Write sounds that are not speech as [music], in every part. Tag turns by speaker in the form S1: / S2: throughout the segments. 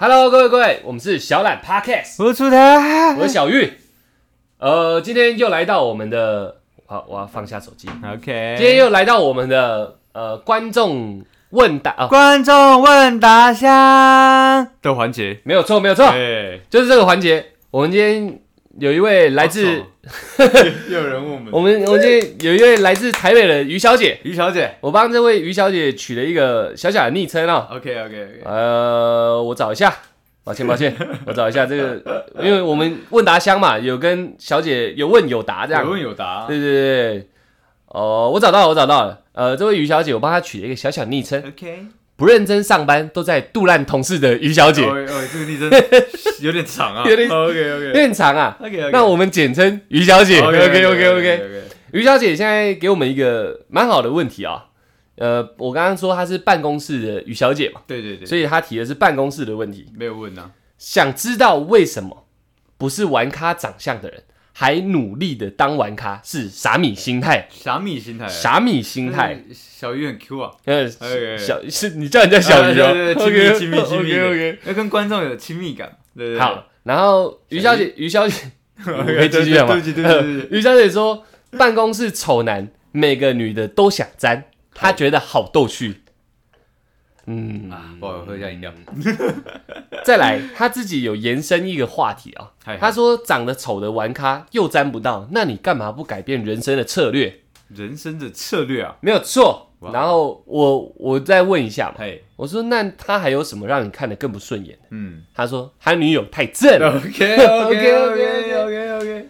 S1: Hello，各位各位，我们是小懒 Podcast，
S2: 我出他
S1: 我是小玉。呃，今天又来到我们的，好，我要放下手机。
S2: OK，
S1: 今天又来到我们的呃观众问答啊、哦
S2: 观众问答箱的环节，
S1: 没有错，没有错，
S2: [laughs] 对，
S1: 就是这个环节。我们今天有一位来自、
S2: 又有人问我们
S1: 我们，我们今天有一位来自台北的于小姐，
S2: 于小姐
S1: 我帮这位于小姐取了一个小小的昵称哦。
S2: ，OK OK OK，
S1: 呃，我找一下，抱歉抱
S2: [laughs]
S1: 歉，我找一下这个，因为我们问答箱嘛，有跟小姐有问有答这样
S2: 有。问有答，
S1: 啊对对对对，哦，我找到了，我找到了。呃，这位于小姐，我帮她取了一个小小昵称，
S2: ，OK，
S1: 不认真上班都在杜烂同事的于小姐，
S2: 哦哦，这个昵称有点长啊，
S1: 有点
S2: OK
S1: 有
S2: OK
S1: 点长啊。
S2: OK，
S1: 那我们简称于小姐。OK OK OK。
S2: OK，
S1: 于小姐现在给我们一个蛮好的问题啊。呃，我刚刚说她是办公室的于小姐嘛，
S2: 对对对，
S1: 所以她提的是办公室的问题。
S2: 没有问啊，
S1: 想知道为什么不是玩咖长相的人，还努力的当玩咖，是傻米心态？
S2: 傻米心态啊，
S1: 傻米心态，
S2: 但是小鱼很 Q 啊，
S1: 呃，
S2: OK，OK
S1: 小是你叫人家小鱼
S2: 啊
S1: 哦，
S2: 对对对
S1: OK，
S2: 亲密亲密亲密
S1: OK
S2: 要跟观众有亲密感，对
S1: OK，
S2: 对， [laughs]
S1: 好。然后于小姐，于小姐，
S2: 对，
S1: 我
S2: OK，
S1: 可以继续讲吗？
S2: 对对对
S1: [laughs]
S2: 对对对，
S1: 呃于小姐说，办公室丑男，每个女的都想沾，她觉得好逗趣。嗯，
S2: 啊，不好意思，我喝一下饮料，
S1: 再来，她自己有延伸一个话题啊、
S2: 嗨
S1: 她说长得丑的玩咖又沾不到，那你干嘛不改变人生的策略？
S2: 人生的策略啊，
S1: 没有错。
S2: 哇
S1: 然后我我再问一下嘛，
S2: 嘿，
S1: 我说那他还有什么让你看得更不顺眼的？
S2: 嗯。
S1: 他说他女友太正了。
S2: OK OK OK OK OK，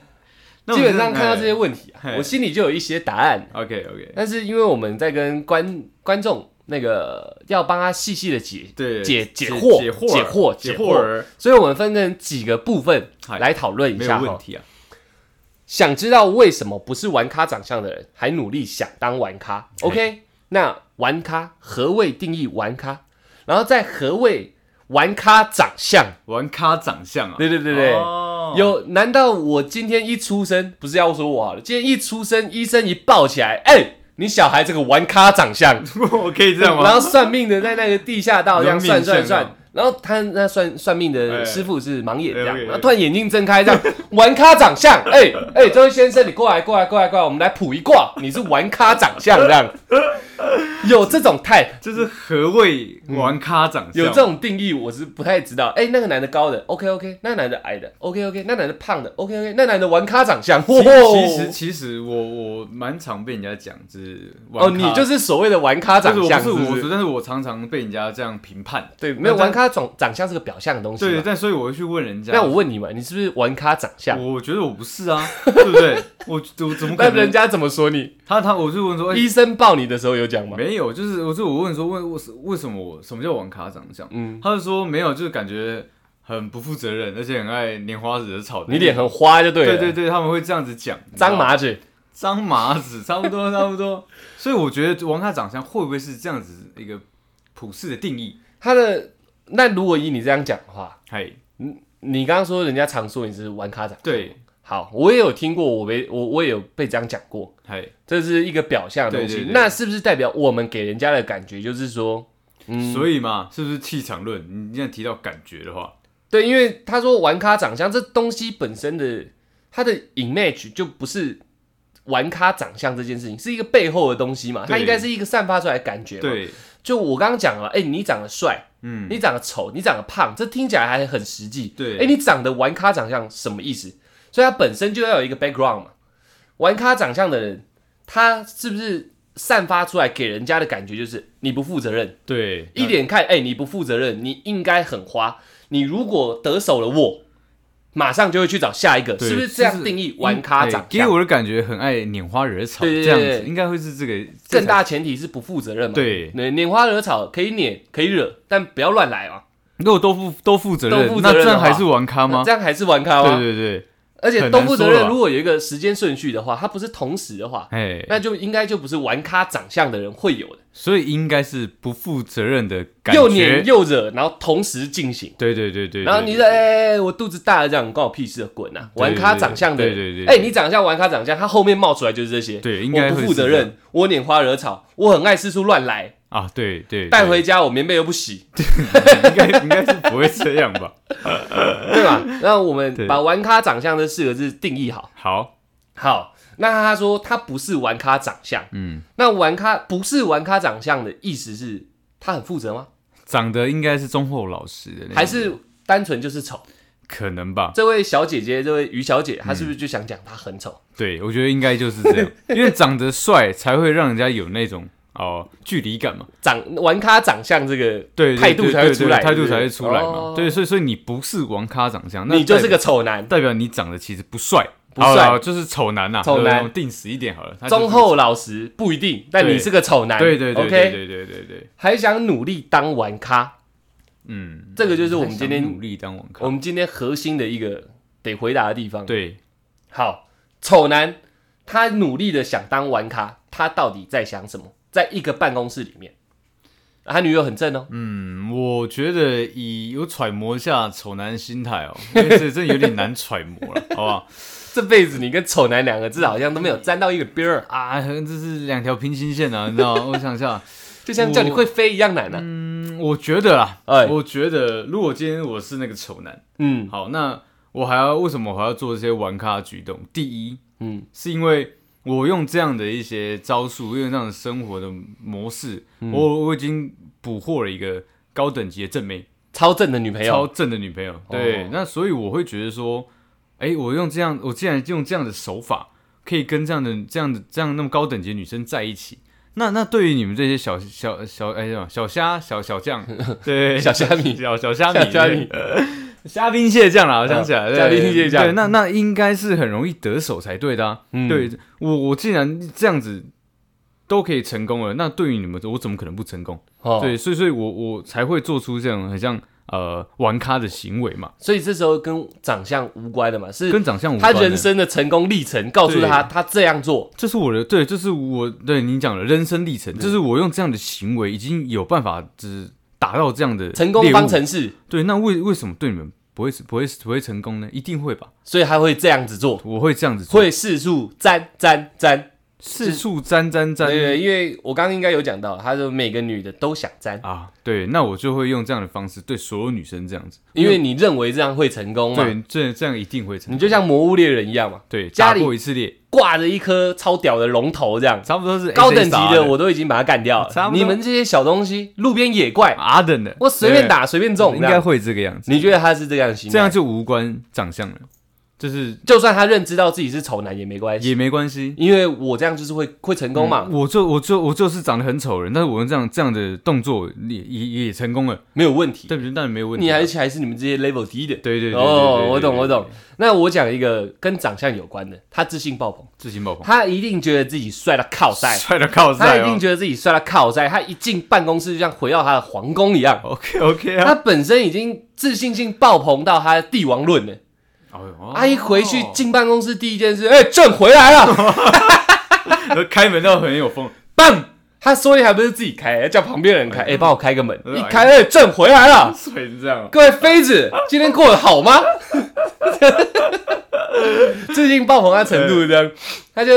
S1: 基本上看到这些问题啊
S2: 嘿，
S1: 我心里就有一些答案。
S2: OK OK，
S1: 但是因为我们在跟观观众那个要帮他细细的解
S2: 对
S1: 解解
S2: 解
S1: 惑
S2: 解惑啊
S1: 解惑
S2: 解
S1: 惑
S2: 惑
S1: 所以我们分成几个部分
S2: 嗨
S1: 来讨论一
S2: 没有
S1: 下
S2: 问
S1: 哈。
S2: 题啊，
S1: 想知道为什么不是玩咖长相的人还努力想当玩咖？OK，那玩咖何谓定义玩咖？然后再何谓玩咖长相？
S2: 玩咖长相啊，
S1: 对对对对，
S2: 哦
S1: 有难道我今天一出生不是要说我好了？今天一出生，医生一抱起来，哎、你小孩这个玩咖长相，
S2: 我可以 [laughs] 这样
S1: 然
S2: 吗
S1: 后？算命的在那个地下道这样
S2: 人
S1: 算
S2: 命
S1: 算
S2: 相啊 [laughs]
S1: 算。然后他那算算命的
S2: 哎
S1: 师傅是盲眼这样，
S2: 哎哎哎
S1: 然后突然眼睛睁开这样， [laughs] 玩咖长相，哎哎，这位先生你过来过来过来过来，我们来卜一卦，你是玩咖长相这样，有这种 type，
S2: 就是何谓玩咖长相？
S1: 嗯有这种定义我是不太知道。哎，那个男的高的，OK OK，那个男的矮的，OK OK，那男的胖的，OK OK，那男的玩咖长相，
S2: 其？
S1: 哦
S2: 其实其实我我蛮常被人家讲，就是
S1: 哦，你就是是所谓的玩咖长
S2: 但是我
S1: 相，
S2: 不是
S1: 不
S2: 我，但是我常常被人家这样评判。
S1: 对，没有
S2: 那
S1: 玩咖长长相是个表象的东西
S2: 对，
S1: 嘛。
S2: 但所以我会去问人家，
S1: 那我问你嘛，你是不是玩咖长相？
S2: 我觉得我不是啊， [laughs] 对不对？我我怎么可
S1: 那
S2: 能？
S1: 人家怎么说你？
S2: 他他我就问说，哎，
S1: 医生抱你的时候有讲吗？
S2: 没有，就是我就我问说问为为什么我什么叫网咖长相？
S1: 嗯，
S2: 他就说没有，就是感觉很不负责任，而且很爱拈花惹草。
S1: 你脸很花就对了。
S2: 对对对，他们会这样子讲，你知道
S1: 张麻子。
S2: 张麻子，差不多差不多。 [laughs] 所以我觉得网咖长相会不会是这样子一个普世的定义？
S1: 他的那如果以你这样讲的话，
S2: 嘿，
S1: 你刚刚说人家常说你是玩咖长，
S2: 对，
S1: 好，我也有听过，我被我我也有被这样讲过，
S2: 嘿，
S1: 这是一个表象的东西。
S2: 对对对
S1: 那是不是代表我们给人家的感觉就是说，嗯，
S2: 所以嘛，是不是气场论？你这样提到感觉的话，
S1: 对，因为他说玩咖长相这东西本身的它的 image 就不是玩咖长相这件事情，是一个背后的东西嘛，它
S2: 对
S1: 应该是一个散发出来的感觉嘛。
S2: 对，
S1: 就我刚刚讲了，哎、你长得帅，
S2: 嗯，
S1: 你长得丑，你长得胖，这听起来还很实际。
S2: 对
S1: 哎、你长得玩咖长相什么意思？所以他本身就要有一个 background 嘛。玩咖长相的人，他是不是散发出来给人家的感觉就是你不负责任？
S2: 对，
S1: 一脸看，哎、你不负责任，你应该很花。你如果得手了我，马上就会去找下一个，
S2: 对
S1: 是不是这样
S2: 就是
S1: 定义玩咖
S2: 嘿
S1: 长
S2: 给
S1: 相？
S2: 我的感觉很爱拈花惹草，
S1: 对对
S2: 这样
S1: 对
S2: 子应该会是这个
S1: 更大前提是不负责任嘛。
S2: 对
S1: 对，拈花惹草可以拈可以惹，但不要乱来嘛。啊
S2: 如果都负都负责
S1: 都
S2: 任，
S1: 负责
S2: 那
S1: 任的
S2: 这
S1: 话
S2: 样还是玩咖吗
S1: 这？样还是玩咖吗？
S2: 对对对，
S1: 而且
S2: 很
S1: 都
S2: 难
S1: 负责
S2: 说了
S1: 任，
S2: 吧
S1: 如果有一个时间顺序的话，它不是同时的话，
S2: 哎，
S1: 那就应该就不是玩咖长相的人会有的，
S2: 所以应该是不负责任的感觉。
S1: 又撵又惹，然后同时进行。
S2: 对对对对，
S1: 然后你说，
S2: 对
S1: 哎、我肚子大了，这样关我屁事，滚啊！
S2: 对对
S1: 玩
S2: 对
S1: 咖长相的人，
S2: 对对对
S1: 哎、
S2: 对
S1: 你长相玩咖长相，他后面冒出来就是这些，
S2: 对应该
S1: 我
S2: 会
S1: 不
S2: 是
S1: 负责
S2: 这样
S1: 任，我拈花惹草，我很爱四处乱来，
S2: 啊，对对，
S1: 带回家我棉被又不
S2: [laughs]
S1: 洗，
S2: 对应该应该是不会这样吧？
S1: 对吧？那我们
S2: 对
S1: 把玩咖长相这四个字定义好。
S2: 好，
S1: 好，那他说他不是玩咖长相，
S2: 嗯，
S1: 那玩咖不是玩咖长相的意思是他很负责吗？
S2: 长得应该是忠厚老实的那种，
S1: 还是单纯就是丑？
S2: 可能吧？
S1: 这位小姐姐，这位于小姐，她是不是就想讲她很丑？
S2: 对，我觉得应该就是这样，因为长得帅才会让人家有那种哦距离感嘛，
S1: 长玩咖长相这个
S2: 对，对
S1: 态度
S2: 对
S1: 才会
S2: 对
S1: 出
S2: 对
S1: 来
S2: 态
S1: 对
S2: 度
S1: 不
S2: 才
S1: 对
S2: 会出来
S1: 哦
S2: 嘛。对，所以所以你不是王咖长相，那
S1: 你就是
S2: 代表
S1: 个丑男，
S2: 代表你长得其实不帅，
S1: 不帅
S2: 好了就是丑男呐，
S1: 丑
S2: 对对
S1: 男
S2: 我们定死一点好了，他就是
S1: 忠厚老实不一定，但
S2: 对
S1: 你是个丑男，
S2: 对对对对
S1: o k
S2: 对对对对，
S1: 还想努力当玩咖，
S2: 嗯，
S1: 这个就是我们
S2: 还
S1: 今
S2: 想
S1: 天
S2: 努力当网咖
S1: 我，们今天核心的一个得回答的地方。，
S2: 对，
S1: 好，丑男他努力的想当玩咖，他到底在想什么？在一个办公室里面，啊他女友很正哦，
S2: 嗯，我觉得以有揣摩一下丑男心态哦，因为这真的有点难揣摩了，好不好？
S1: 这辈子你跟丑男两个字好像都没有沾到一个边儿，
S2: 啊，这是两条平行线啊，你知道吗？我想一下，
S1: 就像叫你会飞一样难啊。
S2: 嗯，我觉得啦，
S1: 哎
S2: 我觉得如果今天我是那个丑男，
S1: 嗯
S2: 好，那我还要为什么我还要做这些玩咖的举动？第一，
S1: 嗯，
S2: 是因为我用这样的一些招数，用这样的生活的模式，
S1: 嗯
S2: 我我已经捕获了一个高等级的正妹，
S1: 超正的女朋
S2: 超
S1: 友，
S2: 正的女朋
S1: 哦
S2: 友。对，那所以我会觉得说，哎、我用这样，我既然用这样的手法，可以跟这样的、这样的、这样那么高等级的女生在一起，那那对于你们这些小小小哎呀、小虾、小
S1: [laughs]
S2: 小酱，对，
S1: 小虾米
S2: 小小虾米、
S1: 小虾米，
S2: 虾兵蟹将啦，我想起来，
S1: 嗯
S2: 对
S1: 虾兵蟹将
S2: 对，那那应该是很容易得手才对的、啊。
S1: 嗯
S2: 对我，我既然这样子都可以成功了，那对于你们，我怎么可能不成功？
S1: 哦，
S2: 对，所以所以我我才会做出这种很像呃玩咖的行为嘛，
S1: 所以这时候跟长相无关的嘛，是
S2: 跟长相无
S1: 嗯他
S2: 关的。
S1: 人生的成功历程告诉他，他这样做，
S2: 这是我的对，这是我对你讲的人生历
S1: 嗯
S2: 程，这是我用这样的行为已经有办法只达到这样的
S1: 成功
S2: 猎物
S1: 方。程式，
S2: 对，那为为什么对你们不会不会不会成功呢？一定会吧，
S1: 所以他会这样子做，
S2: 我会这样子做，
S1: 会四处沾沾沾。
S2: 四处沾沾沾
S1: 对对，对因为我刚刚应该有讲到，他说每个女的都想沾，
S2: 啊，对，那我就会用这样的方式对所有女生这样子，
S1: 因为你认为这样会成功嘛，
S2: 对这这样一定会成
S1: 你
S2: 功。
S1: 就像魔物猎人一样嘛，
S2: 对，
S1: 家
S2: 打
S1: 里
S2: 过一次猎，
S1: 挂着一颗超屌的龙头这样，
S2: 差不多是
S1: 高等级
S2: SSR
S1: 的我都已经把它干掉
S2: 差
S1: 了。
S2: 不多
S1: 你们这些小东西，路边野怪，
S2: 阿等的，
S1: 我随便
S2: 对
S1: 打随便中，
S2: 应
S1: 这
S2: 该
S1: 样
S2: 会这个样子。
S1: 你觉得他是这样的心态？
S2: 这样就无关长相了，就是
S1: 就算他认知到自己是丑男也没关系，
S2: 也嗯没关系。
S1: 因为我这样就是会会成功嘛，
S2: 我就我就我就是长得很丑的人，但是我用这样这样的动作也也也成功了，
S1: 没有问题。
S2: 对不对？当然没有问题。啊
S1: 你还是还是你们这些 level 低的。
S2: 对对对对
S1: 哦，
S2: 对
S1: 我懂
S2: 对
S1: 我
S2: 对
S1: 懂。那我讲一个跟长相有关的，他自信爆棚，
S2: 自信爆棚，
S1: 他一定觉得自己帅到靠塞，
S2: 帅的靠
S1: 他
S2: 晒
S1: 一定
S2: 哦。
S1: 觉得自己帅到靠塞，他一进办公室就像回到他的皇宫一样。
S2: OK OK 啊，
S1: 他本身已经自信心爆棚到他的帝王论了，
S2: 哦
S1: 他一回去进办公室第一件事，哎，朕回来
S2: [laughs]
S1: 了，
S2: 开门倒很有风， [laughs]
S1: 棒！他说的还不是自己开，叫旁边人开，哎，帮我开个门，
S2: 哎
S1: 一开，哎，朕回来了，
S2: 水是这样哦。
S1: 各位妃子，今天过得好吗？ [laughs] 最近爆棚他程度是这样，他就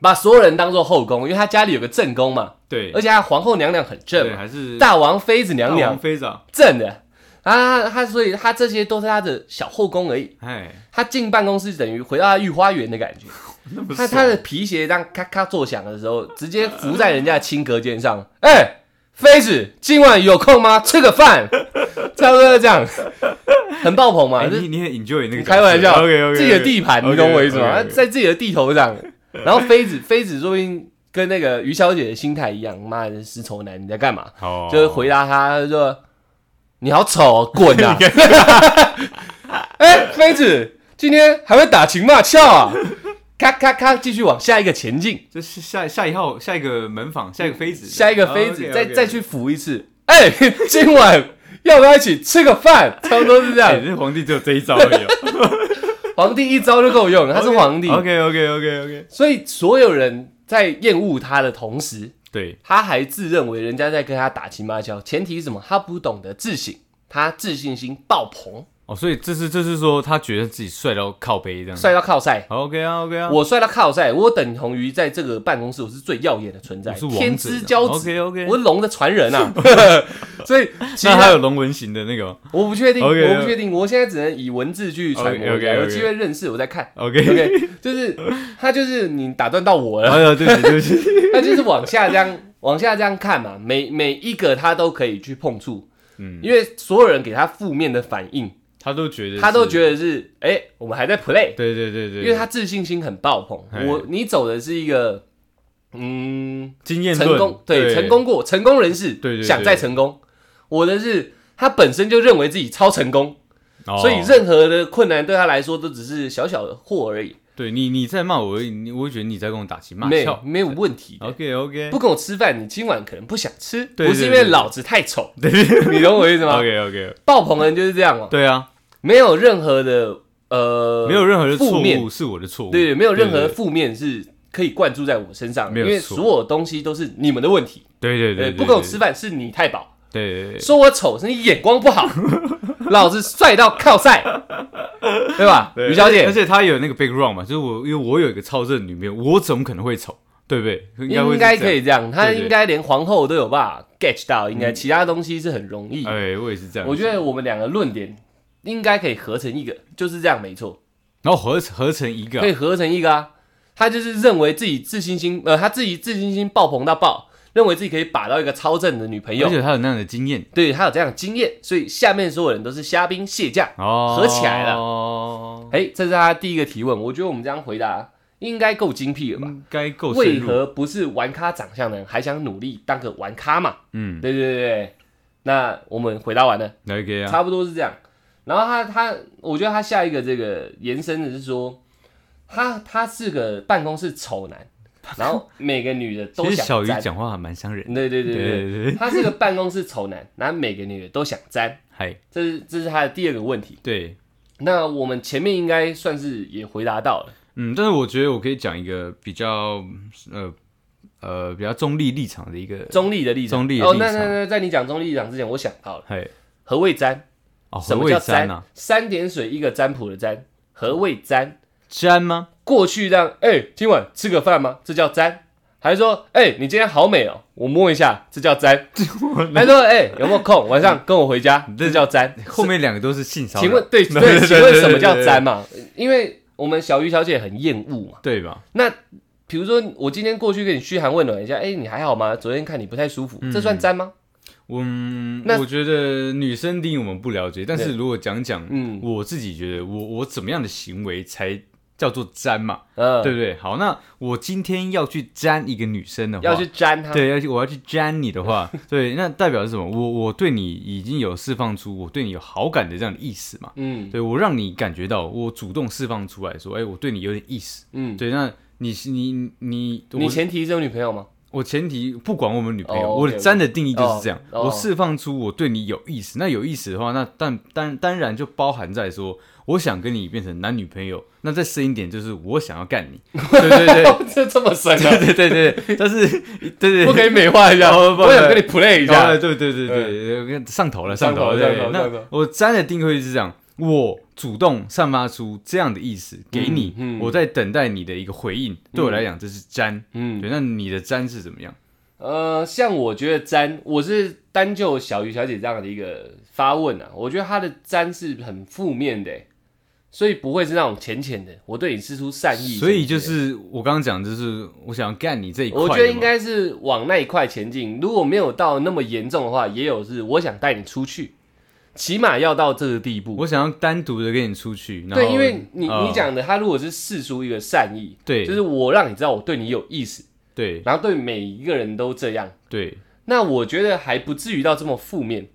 S1: 把所有人当做后宫，因为他家里有个正宫嘛，
S2: 对，
S1: 而且他皇后娘娘很正
S2: 对
S1: 嘛，
S2: 还是
S1: 大王妃子
S2: 大
S1: 娘
S2: 王
S1: 娘
S2: 妃长，
S1: 正的啊，他所以他这些都是他的小后宫而已。
S2: 哎，
S1: 他进办公室等于回到他御花园的感觉，
S2: 那不
S1: 他
S2: 是啊哦
S1: 他的皮鞋当咔咔作响的时候，直接浮在人家的轻隔间上。哎、妃子，今晚有空吗？吃个饭， [laughs] 差不多这样，很爆棚嘛。
S2: 哎
S1: 就
S2: 你你很 enjoy 那个
S1: 开玩笑
S2: OK OK，
S1: 自己的地盘，你懂我意思吗？在自己的地头上，然后妃子，妃子说不定跟那个于小姐的心态一样，妈的，是丑男，你在干嘛？
S2: 好，
S1: 就是回答他，就说你好丑、哦，滚啊！哎、妃子，今天还会打情骂俏啊？咔咔咔，继续往下一个前进，
S2: 就是下下一号下一个门坊下一个妃子
S1: 下一个妃子、
S2: 哦，OK，OK，
S1: 再再去扶一次。哎、 [laughs] 今晚要不要一起吃个饭？差不多是这
S2: 哎， [laughs]
S1: 样。
S2: 这皇帝只有这一招而已
S1: [laughs]
S2: 哦。
S1: 皇帝一招就够用了，他是皇帝
S2: OK OK OK OK，
S1: 所以所有人在厌恶他的同时，
S2: 对，
S1: 他还自认为人家在跟他打情骂俏。前提是什么？他不懂得自省，他自信心爆棚。
S2: 哦，所以这是这是说他觉得自己帅到靠背这样。
S1: 帅到靠晒，
S2: 好 OK 啊 OK 啊，
S1: 我帅到靠晒，我等同于在这个办公室我是最耀眼的存在，
S2: 我是王者
S1: 天之骄子，
S2: OK OK，
S1: 我是龙的传人
S2: [laughs]
S1: 啊。所以其实
S2: 那还
S1: 他
S2: 有龙纹型的那个哦吗
S1: 我不确定
S2: OK，
S1: 我不确定，我现在只能以文字去揣摩一下。
S2: OK，OK，OK
S1: 有机会认识我再看。
S2: OK，
S1: OK，就是他就是你打断到我
S2: [laughs]
S1: 了，
S2: 哎呀，对不起对不起，
S1: 他就是往下这样往下这样看嘛，每每一个他都可以去碰触，
S2: 嗯
S1: 因为所有人给他负面的反应，
S2: 他都觉得
S1: 他都
S2: 得，
S1: 觉得是哎、我们还在 play，
S2: 对对对对，
S1: 因为他自信心很爆棚。
S2: 哎
S1: 我你走的是一个嗯
S2: 经验论
S1: 成功，对成，功过成功人士，
S2: 对对对
S1: 想再成功，我的是他本身就认为自己超成功。
S2: 哦
S1: 所以任何的困难对他来说都只是小小的祸而已，
S2: 对你你在骂我而已，你我会觉得你在跟我打情骂
S1: 没有
S2: 俏。
S1: 没有问题。
S2: OK OK，
S1: 不跟我吃饭，你今晚可能不想吃，
S2: 对
S1: 不是因
S2: 对
S1: 为
S2: 对
S1: 老子太丑，你懂我意思吗？
S2: [laughs] OK OK，
S1: 爆棚人就是这样哦，
S2: 对啊，
S1: 没有任何的呃，
S2: 没有任何的
S1: 负
S2: 错
S1: 面
S2: 误是我的错误，
S1: 对，没有任何
S2: 对
S1: 的负面是可以灌注在我身上的，
S2: 没有
S1: 因为
S2: 错
S1: 所有东西都是你们的问题。
S2: 对对对，
S1: 不跟我吃，饭是你太饱，
S2: 对对对，
S1: 说我丑是你眼光不好，老子帅到靠
S2: [laughs]
S1: 晒，对吧？
S2: 对
S1: 于小姐
S2: 而，且她有那个 background 嘛，就是我，因为我有一个超正的女朋友，我怎么可能会丑？对不对？会
S1: 应
S2: 是
S1: 该
S2: 这
S1: 可
S2: 样。
S1: 以这样，他
S2: 对对
S1: 应该连皇后都有办法 get 到，应该其他东西是很容易。
S2: 哎，我也是这样。
S1: 我觉，得我们两个论点应该可以合成一个，就是这样没错，
S2: 然后哦合合成一个
S1: 可
S2: 啊，
S1: 以合成一个啊。他就是认为自己自信心，呃，他自己自信心爆棚到爆，认为自己可以把到一个超正的女朋
S2: 而
S1: 友，
S2: 且她有那样的经验
S1: 对他有这样的经验，所以下面所有人都是虾兵蟹将。
S2: 哦，
S1: 合起来了
S2: 了，
S1: 哎，这是他第一个提问，我觉得我们这样回答应该够精辟了吧？
S2: 应该够深
S1: 为
S2: 入
S1: 何不是玩咖长相的人还想努力当个玩咖嘛？
S2: 嗯
S1: 对对对对，那我们回答完了，
S2: ，OK 啊，
S1: 差不多是这样。然后他他，我觉得他下一个这个延伸的是说，他他是个办公室丑男，然后每个女的都
S2: 其实
S1: 想
S2: 小鱼
S1: 沾，
S2: 讲话还蛮伤人的。
S1: 对对对对，
S2: 对对，
S1: 他是个办公室丑男，然后每个女的都想沾，
S2: 嗨，
S1: 这是这是他的第二个问题。
S2: 对，
S1: 那我们前面应该算是也回答到了，
S2: 嗯，但是我觉得我可以讲一个比较呃呃比较中立立场的一个，
S1: 中立的立场，
S2: 中立的
S1: 哦，
S2: 立
S1: 那那
S2: 场
S1: 那在你讲中立立场之前，我想到了
S2: 嘿，
S1: 何谓啊沾？
S2: 哦，何
S1: 什么
S2: 谓
S1: 叫
S2: 沾
S1: 沾
S2: 啊？？
S1: 三点水一个占卜的占，何谓沾？
S2: 沾吗？
S1: 过去让哎、今晚吃个饭吗？这叫沾。还是说，哎、你今天好美哦，我摸一下，这叫 [laughs] 沾。还是说，哎、有没有空？晚上跟我回 [laughs] 家，这叫沾。
S2: 后面两个都是性骚扰，
S1: 请问，对 [laughs] 对，请问什么叫沾嘛？因为我们小鱼小姐很厌恶嘛。
S2: 对吧？
S1: 那比如说，我今天过去跟你嘘寒问暖一下，哎、你还好吗？昨天看你不太舒
S2: 嗯
S1: 服，这算沾吗？
S2: 我嗯
S1: 那
S2: 我觉得女生定义我们不了解，但是
S1: 对
S2: 如果讲讲，
S1: 嗯
S2: 我自己觉得我我怎么样的行为才叫做沾嘛，
S1: 嗯，
S2: 对不对？好，那我今天要去沾一个女生的话，
S1: 要去沾它。
S2: 对，要去我要去沾你的话，对，那代表是什么？我我对你已经有释放出我对你有好感的这样的意思嘛？
S1: 嗯
S2: 对我让你感觉到，我主动释放出来说，哎、我对你有点意思。
S1: 嗯，
S2: 对，那你是你你我
S1: 你前提是有女朋友吗？
S2: 我前提不管我们女朋友，
S1: 哦
S2: 我的
S1: OK，OK
S2: 沾的定义就是这样，
S1: 哦哦
S2: 我释放出我对你有意思。那有意思的话，那但当当然就包含在说，我想跟你变成男女朋友。那再深一点，就是我想要干你。 [laughs] 对对对
S1: [laughs] 这这么深啊，
S2: 对对对对，但是对对
S1: 不可以 [laughs] 美化一下？
S2: 哦不
S1: 我想
S2: 不
S1: 跟你 play 一
S2: 高
S1: 下
S2: 了，。哦对对对对，对上头了，
S1: 上头了
S2: 头了。对
S1: 上头上
S2: 那
S1: 头
S2: 我沾的定位是这样，我主动散发出这样的意思给你
S1: 嗯嗯，
S2: 我在等待你的一个回应。对我来讲，这是沾。
S1: 嗯，
S2: 对，那你的沾是怎么样？
S1: 呃，像我觉得詹，我是单就小鱼小姐这样的一个发问啊，我觉得她的詹是很负面的欸，所以不会是那种浅浅的，我对你施出善意，
S2: 所以就
S1: 什么
S2: 是我刚刚讲，就是我想要干你这一
S1: 之类
S2: 块
S1: 的。
S2: 的嘛。
S1: 我觉得应该是往那一块前进，如果没有到那么严重的话，也有是我想带你出去，起码要到这个地步。嗯
S2: 我想要单独的跟你出去。然后
S1: 对，因为你、
S2: 呃
S1: 你讲的，他如果是试出一个善意，
S2: 对
S1: 就是我让你知道我对你有意思，
S2: 对
S1: 然后对每一个人都这样，
S2: 对
S1: 那我觉得还不至于到这么负面。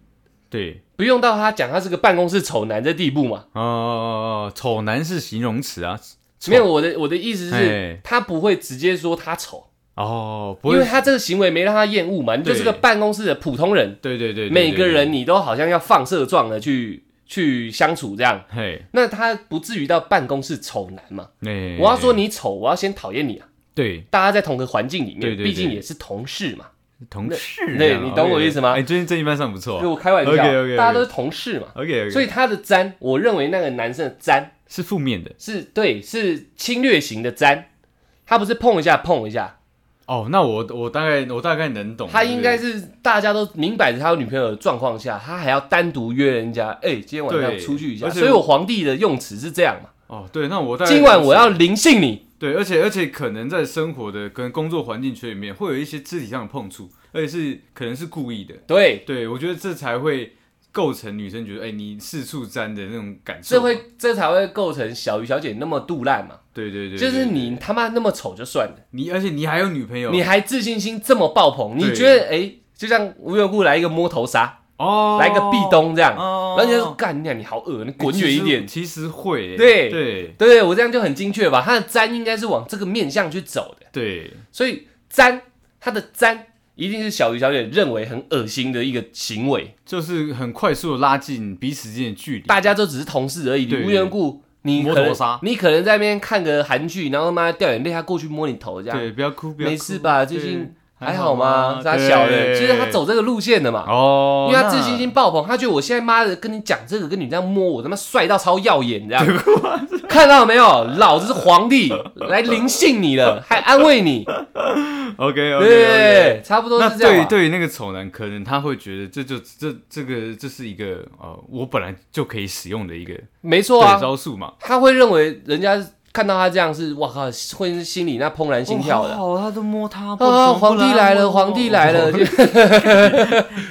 S2: 对
S1: 不用到他讲他是个办公室丑男的地步嘛。
S2: 哦，丑男是形容词啊。丑
S1: 没有，我的我的意思是
S2: 哎，
S1: 他不会直接说他丑，
S2: 哦，不
S1: 因为
S2: 会，
S1: 他这个行为没让他厌恶嘛。你就是个办公室的普通人，
S2: 对对对，对
S1: 每个，
S2: 对
S1: 人你都好像要放射状的去去相处这样，
S2: 嘿，
S1: 那他不至于到办公室丑男嘛。
S2: 哎
S1: 我要说你丑，我要先讨厌你啊。
S2: 对
S1: 大家在同个环境里
S2: 对
S1: 面，
S2: 对
S1: 毕竟
S2: 对
S1: 也是同事嘛。
S2: 同事啊，
S1: 对你懂我意思吗
S2: 哎，最近正义班上不错
S1: 就我开玩笑啊
S2: OK，OK，OK
S1: 大家都是同事嘛。
S2: ，OK，
S1: 所
S2: 以
S1: 以他的沾，我认为那个男生的沾
S2: 是负面的
S1: 是对，是侵略型的沾，他不是碰一下碰一下，
S2: 哦。那我我大概我大概能懂，
S1: 他应该
S2: 是
S1: 是大家都明摆着他有女朋友的状况下，他还要单独约人家，哎、今天晚上
S2: 对
S1: 出去一下。
S2: 而且
S1: 所以我皇帝的用词是这样嘛，
S2: 哦，对，那我大概
S1: 今晚我要灵性你，
S2: 对，而且而且可能在生活的跟工作环境圈里面会有一些肢体上的碰触，而且是可能是故意的。
S1: 对，
S2: 对，我觉得这才会构成女生觉得，哎、你四处沾的那种感受。
S1: 这会这才会构成小鱼小姐那么肚烂嘛，
S2: 对对对，
S1: 就是
S2: 对
S1: 你他妈那么丑就算了，
S2: 你，而且你还有女朋友，
S1: 你还自信心这么爆棚，你
S2: 对
S1: 觉得哎、就像无缘无故来一个摸头杀，
S2: 哦，
S1: 来一个壁咚这样，
S2: 哦，
S1: 然后人家说干你娘你好恶，你
S2: 哎
S1: 滚远一点。
S2: 其实其实会、哎
S1: 对
S2: 对
S1: 对我这样就很精确吧？他的沾应该是往这个面向去走的，
S2: 对，
S1: 所以沾他的沾一定是小鱼小姐认为很恶心的一个行为，
S2: 就是很快速的拉近彼此之间的距离。
S1: 大家都只是同事而已，你
S2: 对
S1: 无缘无故你
S2: 摸
S1: 可能
S2: 头杀
S1: 你可能在那边看个韩剧，然后妈掉眼泪，他过去摸你头这样，
S2: 对，不要哭，不要哭
S1: 啊没事吧？
S2: 对
S1: 最近还
S2: 还
S1: 好吗？他
S2: 他
S1: 小的，就是他走这个路线的嘛。
S2: 哦，
S1: 因为他自
S2: 那
S1: 信心爆棚，他觉得我现在妈的跟你讲这个，跟你这样摸我，他妈帅到超耀眼，
S2: [laughs]
S1: 这样看到没有？老子是皇帝，来临幸你了，还安慰你，
S2: OK OK， [laughs]
S1: 对，差不多
S2: 那
S1: 是这
S2: 对
S1: 样吧。
S2: 对于那个丑男，可能他会觉得这就这这个这是一个呃，我本来就可以使用的一个
S1: 没错
S2: 对
S1: 啊，
S2: 招数嘛。
S1: 他会认为人家看到他这样是，哇靠，会心里那怦然心跳的。
S2: 哦，他都摸他
S1: 啊！皇帝来了，皇帝来了！
S2: 哦
S1: 就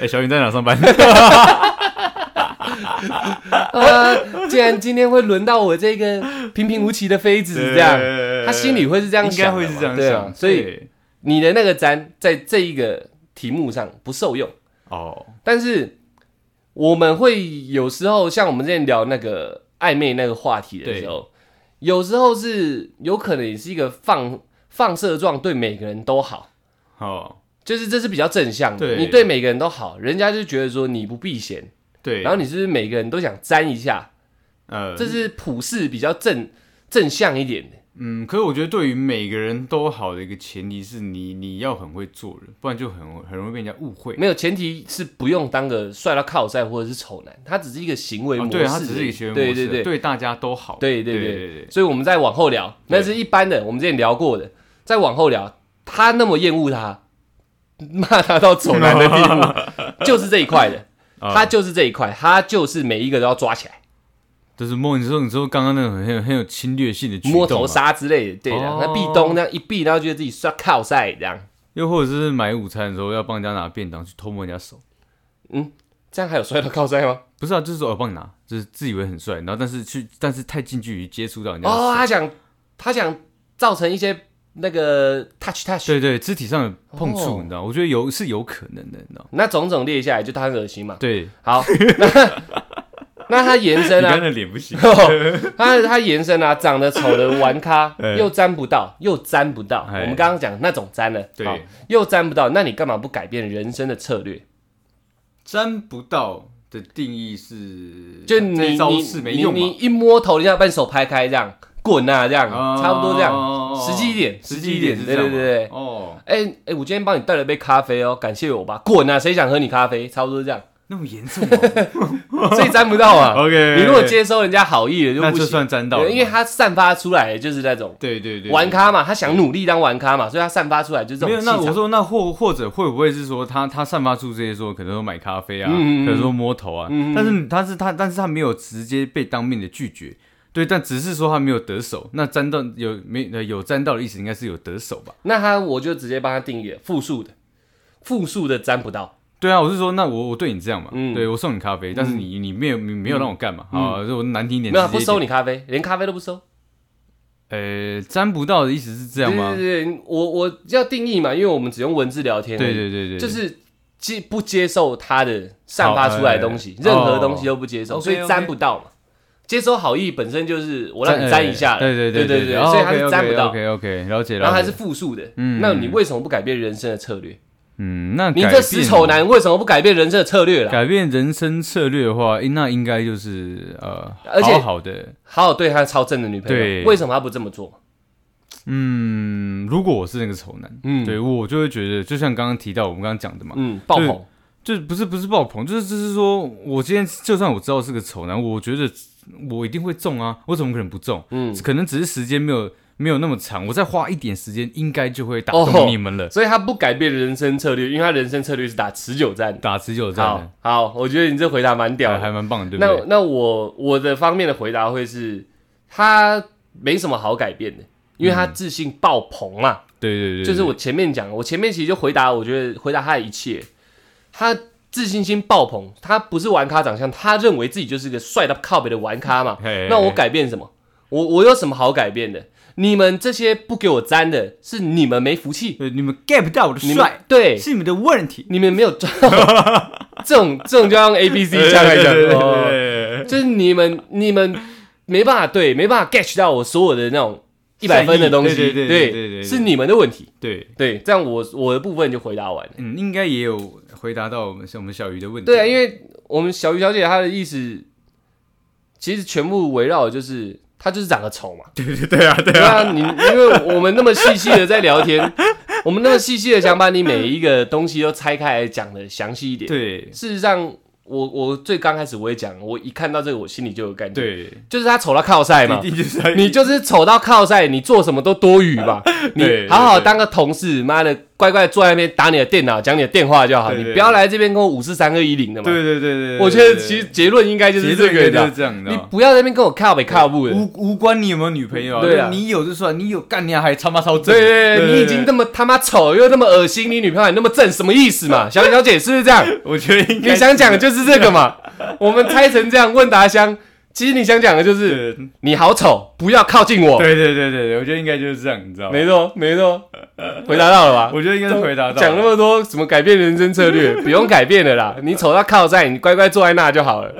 S2: 哎，小云在哪上
S1: [laughs]
S2: 班？
S1: 啊，竟然今天会轮到我这个平平无奇的妃子，这样，他心里会是这样
S2: 应该
S1: 想的嘛，
S2: 会是这样
S1: 对啊
S2: 想，
S1: 所以
S2: 对
S1: 你的那个簪在这一个题目上不受用，
S2: 哦，
S1: 但是我们会有时候像我们之前聊那个暧昧那个话题的时候，有时候是有可能也是一个放放射状，对每个人都好，
S2: 好，
S1: 就是这是比较正向的。
S2: 对
S1: 你对每个人都好，人家就觉得说你不避嫌，
S2: 对，
S1: 然后你是不是每个人都想沾一下？
S2: 呃，
S1: 这是普世比较正正向一点的。
S2: 嗯，可是我觉得对于每个人都好的一个前提是你你要很会做人，不然就很很容易被人家误会。
S1: 没有前提是不用当个帅到靠晒或者是丑男，他只是一个行为
S2: 哦
S1: 模式而已、
S2: 对，他只是一个行为模式，
S1: 对对对
S2: 对大家都好。
S1: 对对
S2: 对
S1: 对
S2: 对，
S1: 所以我们再往后聊，
S2: 对
S1: 那是一般的，我们之前聊过的，再往后聊，他那么厌恶他，骂他到丑男的
S2: [laughs]
S1: 地步，就是这一块的，
S2: 啊
S1: 他就是这一块，他就是每一个都要抓起来，
S2: 就是梦，你说你说刚刚那种很有很有侵略性的举动嘛
S1: 摸头，杀之类的，对的，
S2: 哦
S1: 那壁咚那样一壁，然后觉得自己帅靠晒这样，
S2: 又或者是买午餐的时候要帮人家拿便当去偷摸人家手，
S1: 这样还有帅到靠晒吗？
S2: 不是啊，就是说我帮你拿，就是自以为很帅，然后但是去但是太近距离接触到人家的手，
S1: 哦，他想他想造成一些那个 touch touch，
S2: 对对，肢体上的碰触，
S1: 哦
S2: 你知道，我觉得有是有可能的，你知道，
S1: 那种种列下来就他很恶心嘛。
S2: 对， [laughs]
S1: 好，那那他延
S2: 你
S1: 伸啊哦
S2: 刚，才脸不行，
S1: 他他延伸啊，长得丑的玩咖
S2: [laughs] 哎
S1: 又沾不到，又沾不到。
S2: 哎
S1: 我们刚刚讲那种沾了，
S2: 对
S1: 好，又沾不到，那你干嘛不改变人生的策略？
S2: 沾不到的定义是，
S1: 就你
S2: 这一
S1: 你
S2: 招式没
S1: 你
S2: 用
S1: 你
S2: 嘛，
S1: 一摸头，人家把你手拍开，这样滚啊，这样、
S2: 哦
S1: 差不多这样，实际一点，
S2: 实际一点是这
S1: 对对
S2: 样嘛，
S1: 对对。
S2: 哦，
S1: 哎哎、我今天帮你带了杯咖啡哦，感谢我吧。滚啊，谁想喝你咖啡？差不多这样，
S2: 那么严
S1: [laughs]
S2: 重哦
S1: 所以沾不到啊。
S2: ，OK，
S1: 你如果接收人家好意了就
S2: 那
S1: 不
S2: 就
S1: 行，
S2: 算沾到了
S1: 对
S2: 嘛，
S1: 因为他散发出来的就是那种
S2: 对对对，
S1: 玩咖嘛，他想努力当玩咖嘛，所以他散发出来就是这
S2: 没
S1: 种
S2: 有，
S1: 气
S2: 那
S1: 场。
S2: 我说，那或或者会不会是说他他散发出这些说，可能说买咖啡啊，
S1: 嗯嗯嗯嗯
S2: 可能说摸头啊，但是他是他，但是他没有直接被当面的拒绝，对，但只是说他没有得手，那沾到有没呃有沾到的意思，应该是有得手吧？
S1: 那他我就直接帮他定义了复数的，复数的沾不到，
S2: 对啊，我是说，那我我对你这样嘛，
S1: 嗯
S2: 对我送你咖啡，但是你你没有你没有让我干嘛、啊？就我难听一点，
S1: 没有他
S2: 直接
S1: 不收你咖啡，连咖啡都不收，
S2: 呃，沾不到的意思是
S1: 对
S2: 这样
S1: 对
S2: 吗？
S1: 对，对我我要定义嘛，因为我们只用文字聊天而已，
S2: 对对对对，
S1: 就是接不接受他的散发出来的东西，
S2: 好哎哎哎
S1: 任何东西都不接受，
S2: 哦
S1: 所以
S2: OK，OK
S1: 沾不到嘛。接收好意本身就是我让你沾一下了，
S2: 哎呃对对
S1: 对
S2: 对
S1: 对，
S2: 哦
S1: 所以他是沾不到，
S2: OK OK，了解了解，
S1: 然后还是复数的，那你为什么不改变人生的策略？
S2: 嗯，那
S1: 你
S2: 改
S1: 这死
S2: 变
S1: 丑男为什么不改变人生的策略啦？
S2: 改变人生策略的话，诶那应该就是呃，
S1: 而且
S2: 好好的
S1: 好好对他超正的女朋友，
S2: 对
S1: 为什么他不这么做？
S2: 嗯，如果我是那个丑男，
S1: 嗯
S2: 对我就会觉得，就像刚刚提到我们刚刚讲的嘛，
S1: 嗯，爆红，
S2: 就是不是不是爆棚，就是就是说我今天就算我知道是个丑男，我觉得我一定会中啊，我怎么可能不中？
S1: 嗯，
S2: 可能只是时间没有没有那么长，我再花一点时间，应该就会打
S1: 哦
S2: 动你们了。
S1: 所以他不改变人生策略，因为他人生策略是打持久战。
S2: 打持久战
S1: 好
S2: 呢，
S1: 好，我觉得你这回答蛮屌
S2: 还
S1: 的。
S2: 还蛮棒的，对不
S1: 那
S2: 对？
S1: 那我我的方面的回答会是，他没什么好改变的，因为他自信爆棚嘛。
S2: 对对对，
S1: 就是
S2: 对
S1: 我前面讲，我前面其实就回答，我觉得回答他的一切，他自信心爆棚，他不是玩咖长相，他认为自己就是个帅到靠北的玩咖嘛。
S2: 嘿
S1: 那我改变什么？我我有什么好改变的？你们这些不给我沾的，是你们没福气，
S2: 对你们 get 不到我的
S1: 你们
S2: 帅，
S1: 对，
S2: 是你们的问题。
S1: 你们没有
S2: [laughs]
S1: 抓到这种这种就要用 A B C
S2: 对
S1: 加来讲，
S2: 对对对
S1: 哦
S2: 对对
S1: [laughs] 就是你们你们没办法对，没办法 catch 到我所有的那种一百
S2: 善意
S1: 分的东西，
S2: 对对对对对对对
S1: 是你们的问题。
S2: 对，
S1: 对，这样我我的部分就回答完了。
S2: 嗯，应该也有回答到我们我们小鱼的问题。
S1: 对啊，因为我们小鱼小姐她的意思，其实全部围绕的就是她就是长得丑嘛。
S2: 对对对啊，对
S1: 对啊，你因为我们那么细细的在聊天， [laughs] 我们那么细细的想把你每一个东西都拆开来讲的详细一点。
S2: 对
S1: 事实上，我我最刚开始我也讲，我一看到这个我心里就有感觉，，
S2: 对，
S1: 就是她丑到靠晒嘛
S2: 一。定就是要 [laughs]
S1: 你就是丑到靠晒，你做什么都多余嘛。你
S2: 对
S1: 好好当个同事，妈的，乖乖坐在那边打你的电脑，讲你的电话就好，
S2: 对
S1: 你
S2: 对
S1: 不要来这边跟我五四三二一零的嘛。
S2: 对对对对对，
S1: 我觉得其实结论应该就
S2: 对
S1: 是
S2: 对对
S1: 这啊个，你知
S2: 结论
S1: 道
S2: 就是这样的
S1: 你。不要在那边跟我靠北靠步的。
S2: 无无关你有没有女朋友啊？
S1: 对啊
S2: 你有就算，你有干你还他妈超正。
S1: 对对哎对，你已经那么他妈丑又那么恶心，你女朋友还那么正，什么意思
S2: [laughs]
S1: 嘛？小小姐是不是这样？
S2: 我觉得应该
S1: 你想讲的就是这个
S2: [laughs]
S1: 嘛？我们猜成这样，问答箱，其实你想讲的就是
S2: 对
S1: 你好丑，不要靠近我。
S2: 对对对对，我觉得应该就是这样，你知道吗？
S1: 没错，没错，回答到了吧？
S2: 我觉得应该是回答到
S1: 讲那么多什么改变人生策
S2: [laughs]
S1: 略，不用改变的啦。你丑到靠在，你乖乖坐在那就好
S2: [laughs]
S1: 了。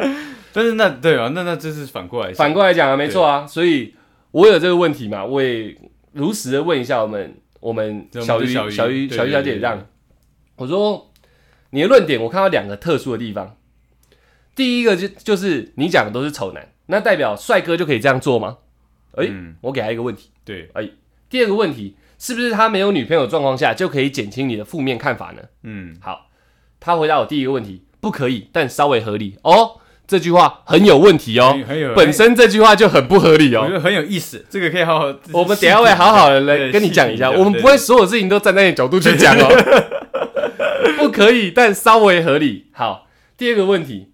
S2: 但是那对啊，那那这是反过来想
S1: 反过来讲啊，没错啊。所以我有这个问题嘛，我也如实的问一下我们我们
S2: 对
S1: 小
S2: 我
S1: 鱼
S2: 们的小鱼
S1: 小鱼
S2: 对
S1: 小鱼小
S2: 对
S1: 姐
S2: 对
S1: 这样，我说你的论点我看到两个特殊的地方。第一个就就是你讲的都是丑男，那代表帅哥就可以这样做吗？哎、
S2: 嗯
S1: 我给他一个问题。
S2: 对，
S1: 第二个问题是不是他没有女朋友的状况下就可以减轻你的负面看法呢？
S2: 嗯，
S1: 好，他回答我第一个问题，不可以，但稍微合理哦。这句话很有问题哦
S2: 很，很有
S1: 本身这句话就很不合理
S2: 哎我觉
S1: 哦。
S2: 得很有意思，这个可以好好。
S1: 我们等一下会好好的来
S2: 对
S1: 跟你讲一下，
S2: 细
S1: 我
S2: 品
S1: 们不会所有事情都站在你的角度去讲哦。 [laughs]
S2: [laughs]
S1: 不可以，但稍微合理。好，第二个问题，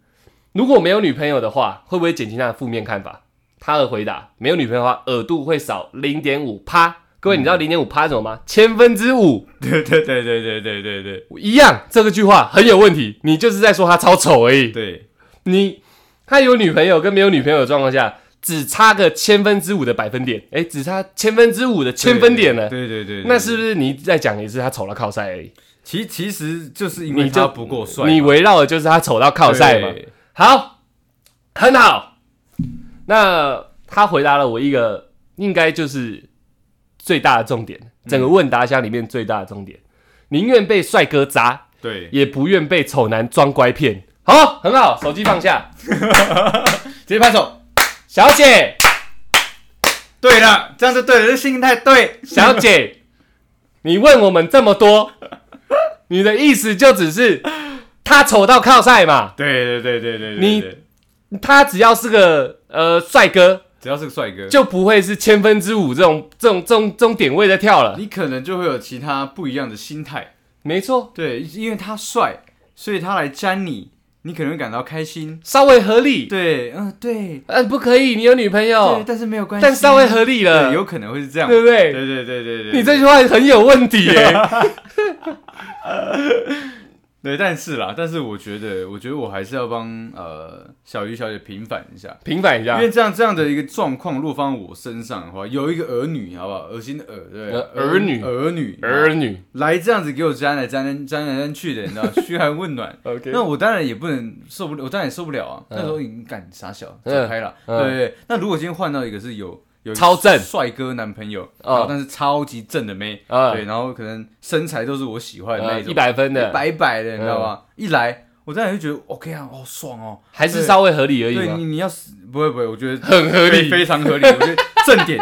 S1: 如果没有女朋友的话，会不会减轻他的负面看法？他的回答，没有女朋友的话，额度会少零点五趴。各位，你知道
S2: 嗯
S1: 零点五趴什么吗？千分之五。
S2: 对对对对对对对对
S1: 一样，这个句话很有问题，你就是在说他超丑而已。
S2: 对
S1: 你他有女朋友跟没有女朋友的状况下，只差个千分之五的百分点，哎，只差千分之五的千分点了。
S2: 对对对，对
S1: 那是不是你再讲一次他丑到靠晒而已？
S2: 其其实就是因
S1: 你
S2: 为
S1: 就
S2: 他不够帅嘛，
S1: 你围绕的就是他丑到靠晒嘛。
S2: 对
S1: 好，很好。那他回答了我一个，应该就是最大的重点，整个
S2: 嗯
S1: 问答箱里面最大的重点，宁愿被帅哥砸，
S2: 对，
S1: 也不愿被丑男装乖骗。好，很好，手机放下，
S2: 直接拍手。
S1: 小姐，
S2: 对了，这样就对了，这心态对。
S1: 小姐，你问我们这么多，你的意思就只是他丑到靠晒嘛？
S2: 对对对对对对，
S1: 你
S2: 对
S1: 他只要是个呃帅哥，
S2: 只要是个帅哥，
S1: 就不会是千分之五这种这种这种这种点位在跳了。
S2: 你可能就会有其他不一样的心态。
S1: 没错，
S2: 对，因为他帅，所以他来沾你，你可能会感到开心。
S1: 稍微合理，
S2: 对，嗯、对，
S1: 嗯、不可以，你有女朋
S2: 对，
S1: 友，
S2: 但是没有关系，
S1: 哦但稍微合理了
S2: 对，，有可能会是这样，
S1: 对不
S2: 对
S1: 对？
S2: 对对对对，啊
S1: 你这句话很有问题耶、
S2: 对，但是啦，但是我觉得，我觉得我还是要帮呃小鱼小姐平反一下，
S1: 平反一
S2: 因
S1: 下
S2: 为，这样这样的一个状况，如果放在我身上的话，有一个儿女，好不好？恶心的儿，对不对，
S1: 呃儿女
S2: 儿女，
S1: 儿女
S2: 来这样子给我沾来沾来沾来沾去的，你知
S1: [laughs]
S2: 道，嘘寒问暖。
S1: ，OK，
S2: 那我当然也不能受不了，我当然也受不了啊！那时候你敢傻小，走
S1: 嗯
S2: 开了，
S1: 嗯
S2: 对对对。那如果今天换到一个是有有
S1: 超正
S2: 帅哥男朋友，
S1: 嗯
S2: 然后但是超级正的妹，
S1: 嗯
S2: 对，然后可能身材都是我喜欢的那
S1: 呃
S2: 一种，
S1: 一百分的，嗯
S2: 白白的，你知道吗？一来我当然就觉得 OK 啊，好爽哦。
S1: 还是稍微合理而已
S2: 对
S1: 嘛，
S2: 你，你要死不会不会，我觉得
S1: 很合
S2: 非
S1: 理。
S2: 非常合理。我觉得正点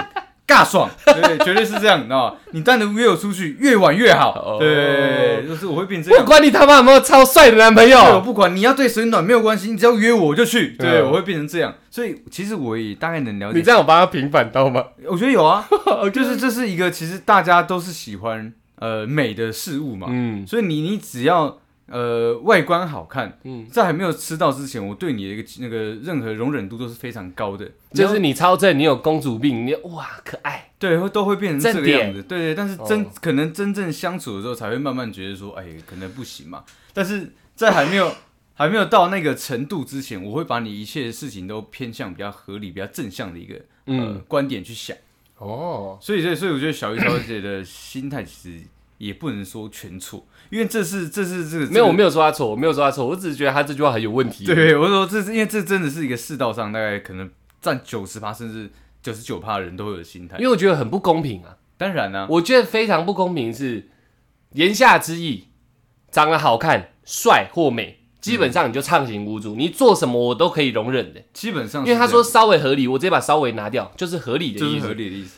S2: 尬爽，对，绝对是这样，你知道吗？你单独约我出去，越晚越
S1: 哦
S2: 好，对，就是我会变这
S1: 不
S2: 样。
S1: 管你他妈有没有超帅的男朋
S2: 对我
S1: 友，
S2: 不管，你要对谁暖没有关系，你只要约我就去，对
S1: 嗯
S2: 我会变成这样。所以其实我也大概能了
S1: 你
S2: 解，
S1: 这样有帮他平反到吗？
S2: 我觉得
S1: [laughs]
S2: 有啊，就是这是一个其实大家都是喜欢呃美的事物嘛，
S1: 嗯
S2: 所以你你只要呃外观好看，
S1: 嗯，
S2: 在还没有吃到之前，我对你的一个那个任何容忍度都是非常高的，
S1: 就是你超正，你有公主病，你哇可爱，
S2: 对，会都会变成这
S1: 正
S2: 个
S1: 点
S2: 样子。对对，但是真、
S1: 哦
S2: 可能真正相处的时候，才会慢慢觉得说，哎，可能不行嘛。但是在还没有还没有到那个程度之前，我会把你一切事情都偏向比较合理、比较正向的一个呃、
S1: 嗯
S2: 观点去想。
S1: 哦，
S2: 所以，所以，所以我觉得小鱼小姐的心态其实也不能说全错，因为这是这是这个
S1: 没有，我没
S2: 有。
S1: 有说他错，我没有说他错，我只是觉得他这句话很有问题。，
S2: 对，我说这是因为这真的是一个世道上大概可能占九十趴甚至九十九趴的人都会有的心态
S1: 因。为我觉得很不公平啊。
S2: 当然呢、
S1: 我觉得非常不公平是，言下之意，长得好看、帅或美，基本上你就畅行无阻，你做什么我都可以容忍的。
S2: 基本上
S1: 因
S2: 是
S1: 为他
S2: 这
S1: 说
S2: 样
S1: 稍微合理，我直接把稍微拿掉，就是合理的
S2: 这
S1: 意
S2: 是合
S1: 思。
S2: 理的意思，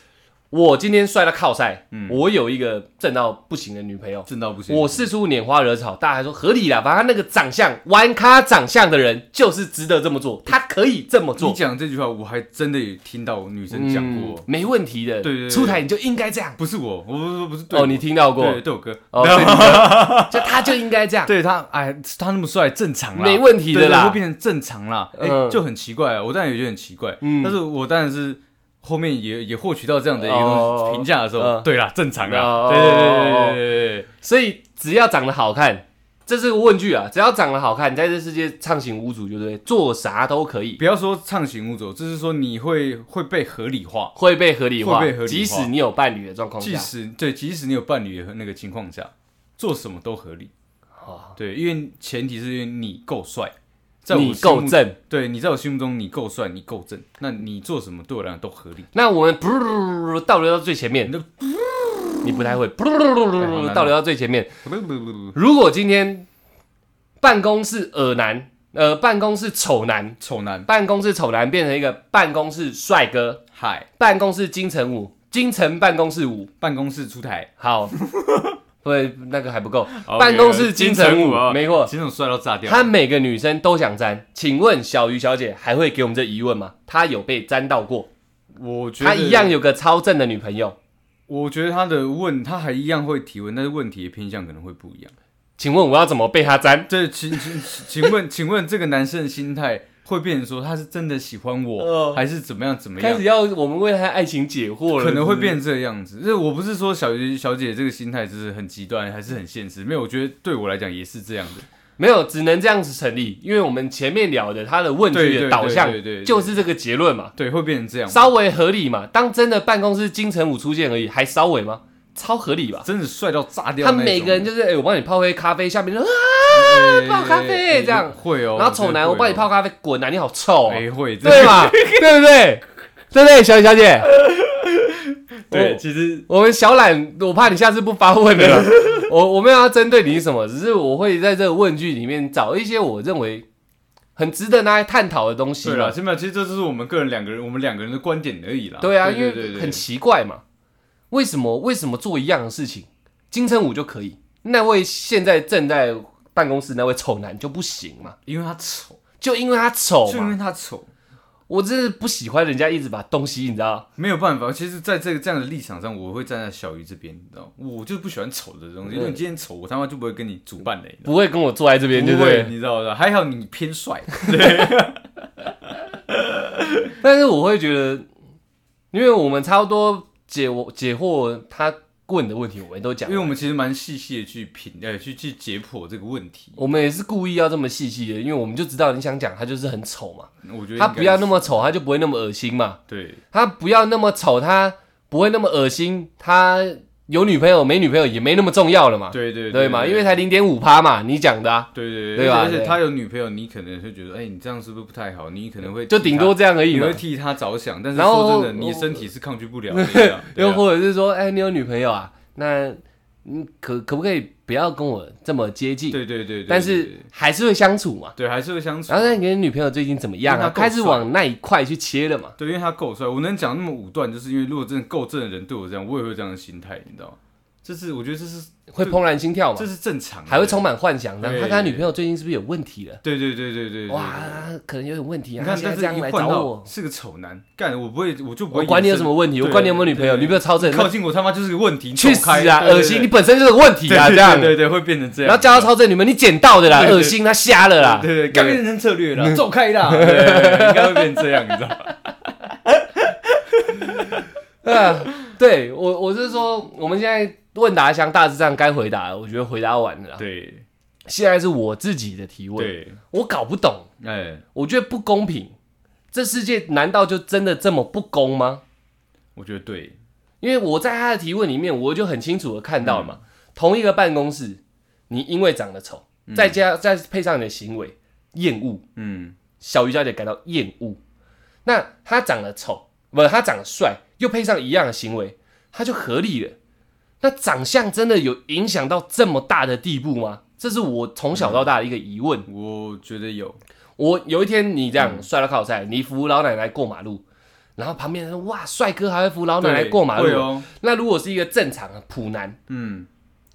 S1: 我今天帅到靠晒，
S2: 嗯
S1: 我有一个正到不行的女朋友，
S2: 正到不行。
S1: 我试出拈花惹草，大家还说合理啦，反正他那个长相，玩咖长相的人就是值得这么做，他可以这么
S2: 你
S1: 做，
S2: 讲这句话，我还真的有听到女生讲过，
S1: 嗯没问题的。
S2: 对对对
S1: 出台你就应该这样。
S2: 不是我，我不是不是对我
S1: 哦，你听到过
S2: 对？对我哥，
S1: 哦，对你的
S2: [laughs]
S1: 就他就应该这样。
S2: 对他，哎，他那么帅，正常啦，
S1: 没问题的啦
S2: 对对会变成正常啦，哎、
S1: 嗯
S2: 就很奇怪啊，我当然也觉得很奇怪，
S1: 嗯
S2: 但是我当然是。后面也也获取到这样的一个东
S1: 哦
S2: 西评价的时候，
S1: 嗯
S2: 对啦，正常啦，
S1: 哦
S2: 对对对对对对对，
S1: 所以只要长得好看，这是个问句啊，只要长得好看，在这世界畅行无阻，就对，做啥都可以，
S2: 不要说畅行无阻，就是说你会会被合理化，
S1: 会被合理化，
S2: 会被合理化
S1: 即使你有伴侣的状况
S2: 即
S1: 下，
S2: 使对，即使你有伴侣的那个情况下，做什么都合理。
S1: 哦
S2: 对，因为前提是因为你够帅，在我
S1: 你
S2: 心目
S1: 够，正。
S2: 对你在我心目中你够帅，你够正，那你做什么对我来讲都合理。
S1: 那我们噗倒流到最前面
S2: 你的，
S1: 你不太会
S2: 哎好难
S1: 噗
S2: 哦
S1: 倒流到最前面。如果今天办公室耳男，呃，办公室丑男，
S2: 丑男，
S1: 办公室丑男变成一个办公室帅哥，
S2: 嗨，
S1: 办公室金城武，金城办公室武，
S2: 办公室出台，
S1: 好，
S2: [laughs]
S1: 对，那个还不够。办公室金城武，没错，
S2: 金城武帅到炸
S1: 哦
S2: 掉。
S1: 他每个女生都想沾。请问小鱼小姐还会给我们这疑问吗？她有被沾到过，
S2: 我觉得
S1: 她一样，有个超正的女朋友。
S2: 我觉得他的问他还一样会提问，但是问题的偏向可能会不一样。
S1: 请问我要怎么被她沾？
S2: 这请请请问，请问这个男生的心态会变成说他是真的喜欢我，
S1: 哦
S2: 还是怎么样怎么
S1: 开
S2: 样
S1: 始？要我们为她的爱情解惑了，
S2: 可能会
S1: 是不是。
S2: 变这样子。就是我不是说小姐小姐这个心态就是很极端，还是很现实。没有，我觉得对我来讲也是这样的。
S1: 没有，只能这样子成立，因为我们前面聊的她的问
S2: 对
S1: 题
S2: 对
S1: 的导向
S2: 对对对
S1: 就是这个结论嘛，
S2: 对，会变成这样，
S1: 稍微合理嘛。当真的办公室金城武出现而已，还稍微吗？超合理吧？
S2: 真的帅到炸掉
S1: 他
S2: 那种。
S1: 每个人就是，哎、我帮你泡杯咖啡，下面就啊，
S2: 哎
S1: 泡咖啡
S2: 哎
S1: 这样
S2: 会哦。
S1: 然后丑男，我帮你泡咖啡，滚啊！你好臭、哦，
S2: 哎，会
S1: 对？
S2: [laughs]
S1: 嘛？对不对？对不对，小雨小姐？
S2: 对，
S1: 我
S2: 其实
S1: 我们小懒，我怕你下次不发问
S2: [laughs]
S1: 了。我我没有要针对你什么，只是我会在这个问句里面找一些我认为很值得拿来探讨的东西
S2: 对了，
S1: 嘛。
S2: 起码其实这就是我们个人两个人，我们两个人的观点而已啦。
S1: 对啊，因
S2: 对
S1: 为
S2: 对
S1: 很奇怪嘛，为什么为什么做一样的事情，金城武就可以，那位现在正在办公室那位丑男就不行嘛？
S2: 因为他丑，
S1: 就因为他丑
S2: 就因
S1: 嘛，
S2: 为他丑，
S1: 我真是不喜欢人家一直把东西，你知道。
S2: 没有办法。其实，在这个这样的立场上，我会站在小鱼这边，你知道吗，我就是不喜欢丑的东西。因为你今天丑，我他妈就不会跟你主办的，你知道吗
S1: 不会跟我坐在这边，对
S2: 不
S1: 不
S2: 会，
S1: 对？
S2: 你知道的，还好你
S1: [laughs]
S2: 偏帅，
S1: 但是我会觉得，因为我们差不多解我解惑他问的问题，我们都讲
S2: 因为，我们其实蛮细细的去品，呃，去去解剖这个问题。
S1: 我们也是故意要这么细细的，因为我们就知道你想讲他就是很丑嘛，
S2: 我觉得
S1: 他
S2: 应该
S1: 不要那么丑，他就不会那么恶心嘛，
S2: 对，
S1: 他不要那么丑，他不会那么恶心，他有女朋友没女朋友也没那么重要了嘛，
S2: 对对
S1: 对嘛，因为才零点五趴嘛，你讲的啊，
S2: 对对
S1: 对
S2: 而且
S1: 吧
S2: 而且
S1: 对
S2: 他有女朋友，你可能会觉得，哎，你这样是不是不太好？你可能会
S1: 就
S2: 替
S1: 顶
S2: 他
S1: 多，这样而已
S2: 你
S1: 嘛
S2: 会。替他着想，但是
S1: 然后 [laughs]
S2: 说真的，你身体是抗拒不了的。对啊
S1: 又
S2: 对啊
S1: 或者是说，哎，你有女朋友啊？那嗯，可可不可以不要跟我这么接近？
S2: 对对对对，
S1: 但
S2: 对
S1: 是
S2: 对
S1: 还是会相处嘛。
S2: 对还是会相处
S1: 然。后那你跟女朋友最近怎么样
S2: 因为
S1: 啊？
S2: 她够
S1: 开始
S2: 帅
S1: 往那一块去切了嘛。
S2: 对，因为他够帅，我能讲那么武断，就是因为如果真的够正的人对我这样，我也会有这样的心态，你知道吗？这是我觉得这是
S1: 会怦然心跳嘛
S2: 这，是正常的，
S1: 还会充满幻想。然后
S2: 对
S1: 他跟他女朋友最近是不是有问题了？
S2: 对。对对对对对对，
S1: 哇，可能有点问题
S2: 你
S1: 啊！他
S2: 看，
S1: 现
S2: 但
S1: 在
S2: 是
S1: 这样
S2: 一
S1: 来
S2: 换
S1: 找
S2: 到
S1: 我，
S2: 是个丑男，干我不会，我就不会
S1: 我管你有
S2: 延伸
S1: 什么问题，我管你有没有女朋友，
S2: 对
S1: 女朋友超正，
S2: 靠近我他妈就是个问题，
S1: 去
S2: 走
S1: 死
S2: 开
S1: 啊！恶心，你本身就是个问题
S2: 对
S1: 啊！
S2: 对
S1: 这样，
S2: 对对，会变成这样，
S1: 然后叫他超正，你们你捡到的啦，
S2: 对对
S1: 恶心，他瞎了啦。
S2: 对对，改变人生策略
S1: 嗯
S2: 了，走开啦，对对对应该会变成这样，你知
S1: [laughs]
S2: 道吗？
S1: 啊，对我我是说，我们现在问答箱大致上该回答，我觉得回答完了啦。
S2: 对
S1: 现在是我自己的提问，
S2: 对，
S1: 我搞不懂，
S2: 哎，
S1: 我觉得不公平。这世界难道就真的这么不公吗？
S2: 我觉得对，
S1: 因为我在他的提问里面，我就很清楚的看到了嘛，同一个办公室，你因为长得丑，再加再配上你的行为厌恶，
S2: 嗯，
S1: 小鱼小姐感到厌恶。那他长得丑，不，他长得帅，又配上一样的行为，他就合理了。那长相真的有影响到这么大的地步吗？这是我从小到大的一个疑问。
S2: 我觉得有，
S1: 我有一天你这
S2: 嗯
S1: 样摔了靠菜，你扶老奶奶过马路，然后旁边人说哇，帅哥还会扶老奶奶
S2: 对
S1: 过马
S2: 会
S1: 路哦。
S2: 哦，
S1: 那如果是一个正常的普男，
S2: 嗯，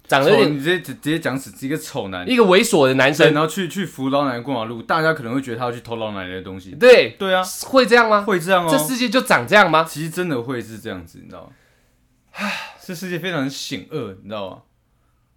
S1: 长得有
S2: 丑
S1: 点
S2: 你直接直直接讲死一个丑男，
S1: 一个猥琐的男
S2: 对，
S1: 生，
S2: 然后去去扶老奶奶过马路，大家可能会觉得他要去偷老奶奶的东西，
S1: 对，
S2: 对啊，
S1: 会这样吗？
S2: 会这样哦，
S1: 这世界就长这样吗？
S2: 其实真的会是这样子，你知道吗？ [sighs] 这世界非常险恶，你知道吗？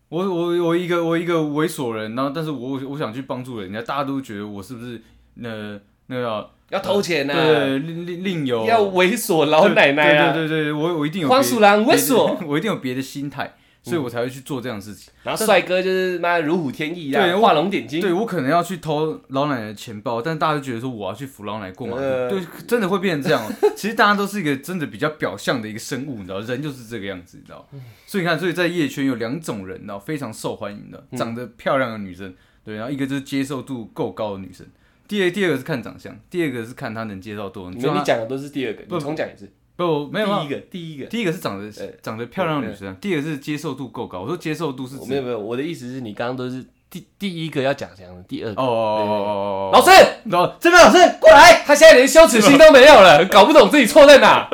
S2: 我我我一个我一个猥琐人，然后但是我我想去帮助人家，大家都觉得我是不是呃那个叫
S1: 要偷钱呢、
S2: 对另另另有
S1: 要猥琐老奶奶啊，
S2: 对对对对，我我一定有
S1: 黄
S2: 别的
S1: 鼠狼猥，
S2: 别
S1: 琐，
S2: 的 [laughs] 我一定有别的心态，所以我才会去做这样的事情。
S1: 然后帅哥就是妈如虎添翼
S2: 对
S1: 啊，
S2: 我
S1: 画龙点睛，
S2: 对我可能要去偷老奶奶的钱包，但大家就觉得说我要去扶老奶奶过马路，
S1: 呃
S2: 对，真的会变成这样哦。其实大家都是一个真的比较表象的一个生物，你知道，人就是这个样子，你知道。所以你看，所以在夜圈有两种人，然后非常受欢迎的，长得漂亮的女生，对，然后一个就是接受度够高的女生。第二，第二个是看长相，第二个是看她能接受多少。
S1: 你
S2: 你就
S1: 你
S2: 她
S1: 讲的都是第二个，你重讲一次，
S2: 不没有没
S1: 第
S2: 有
S1: 一，个第一个，
S2: 第一个是长得长得漂亮的女生，第二个是接受度够高。我说接受度是
S1: 我
S2: 指
S1: 没有没有，我的意思是你刚刚都是第第一个要讲讲的，第二
S2: 哦
S1: 个，
S2: 哦哦哦
S1: 老
S2: 哦，
S1: 师。
S2: 然后
S1: 这边老师过来，他现在连羞耻心都没有了，搞不懂自己错在哪。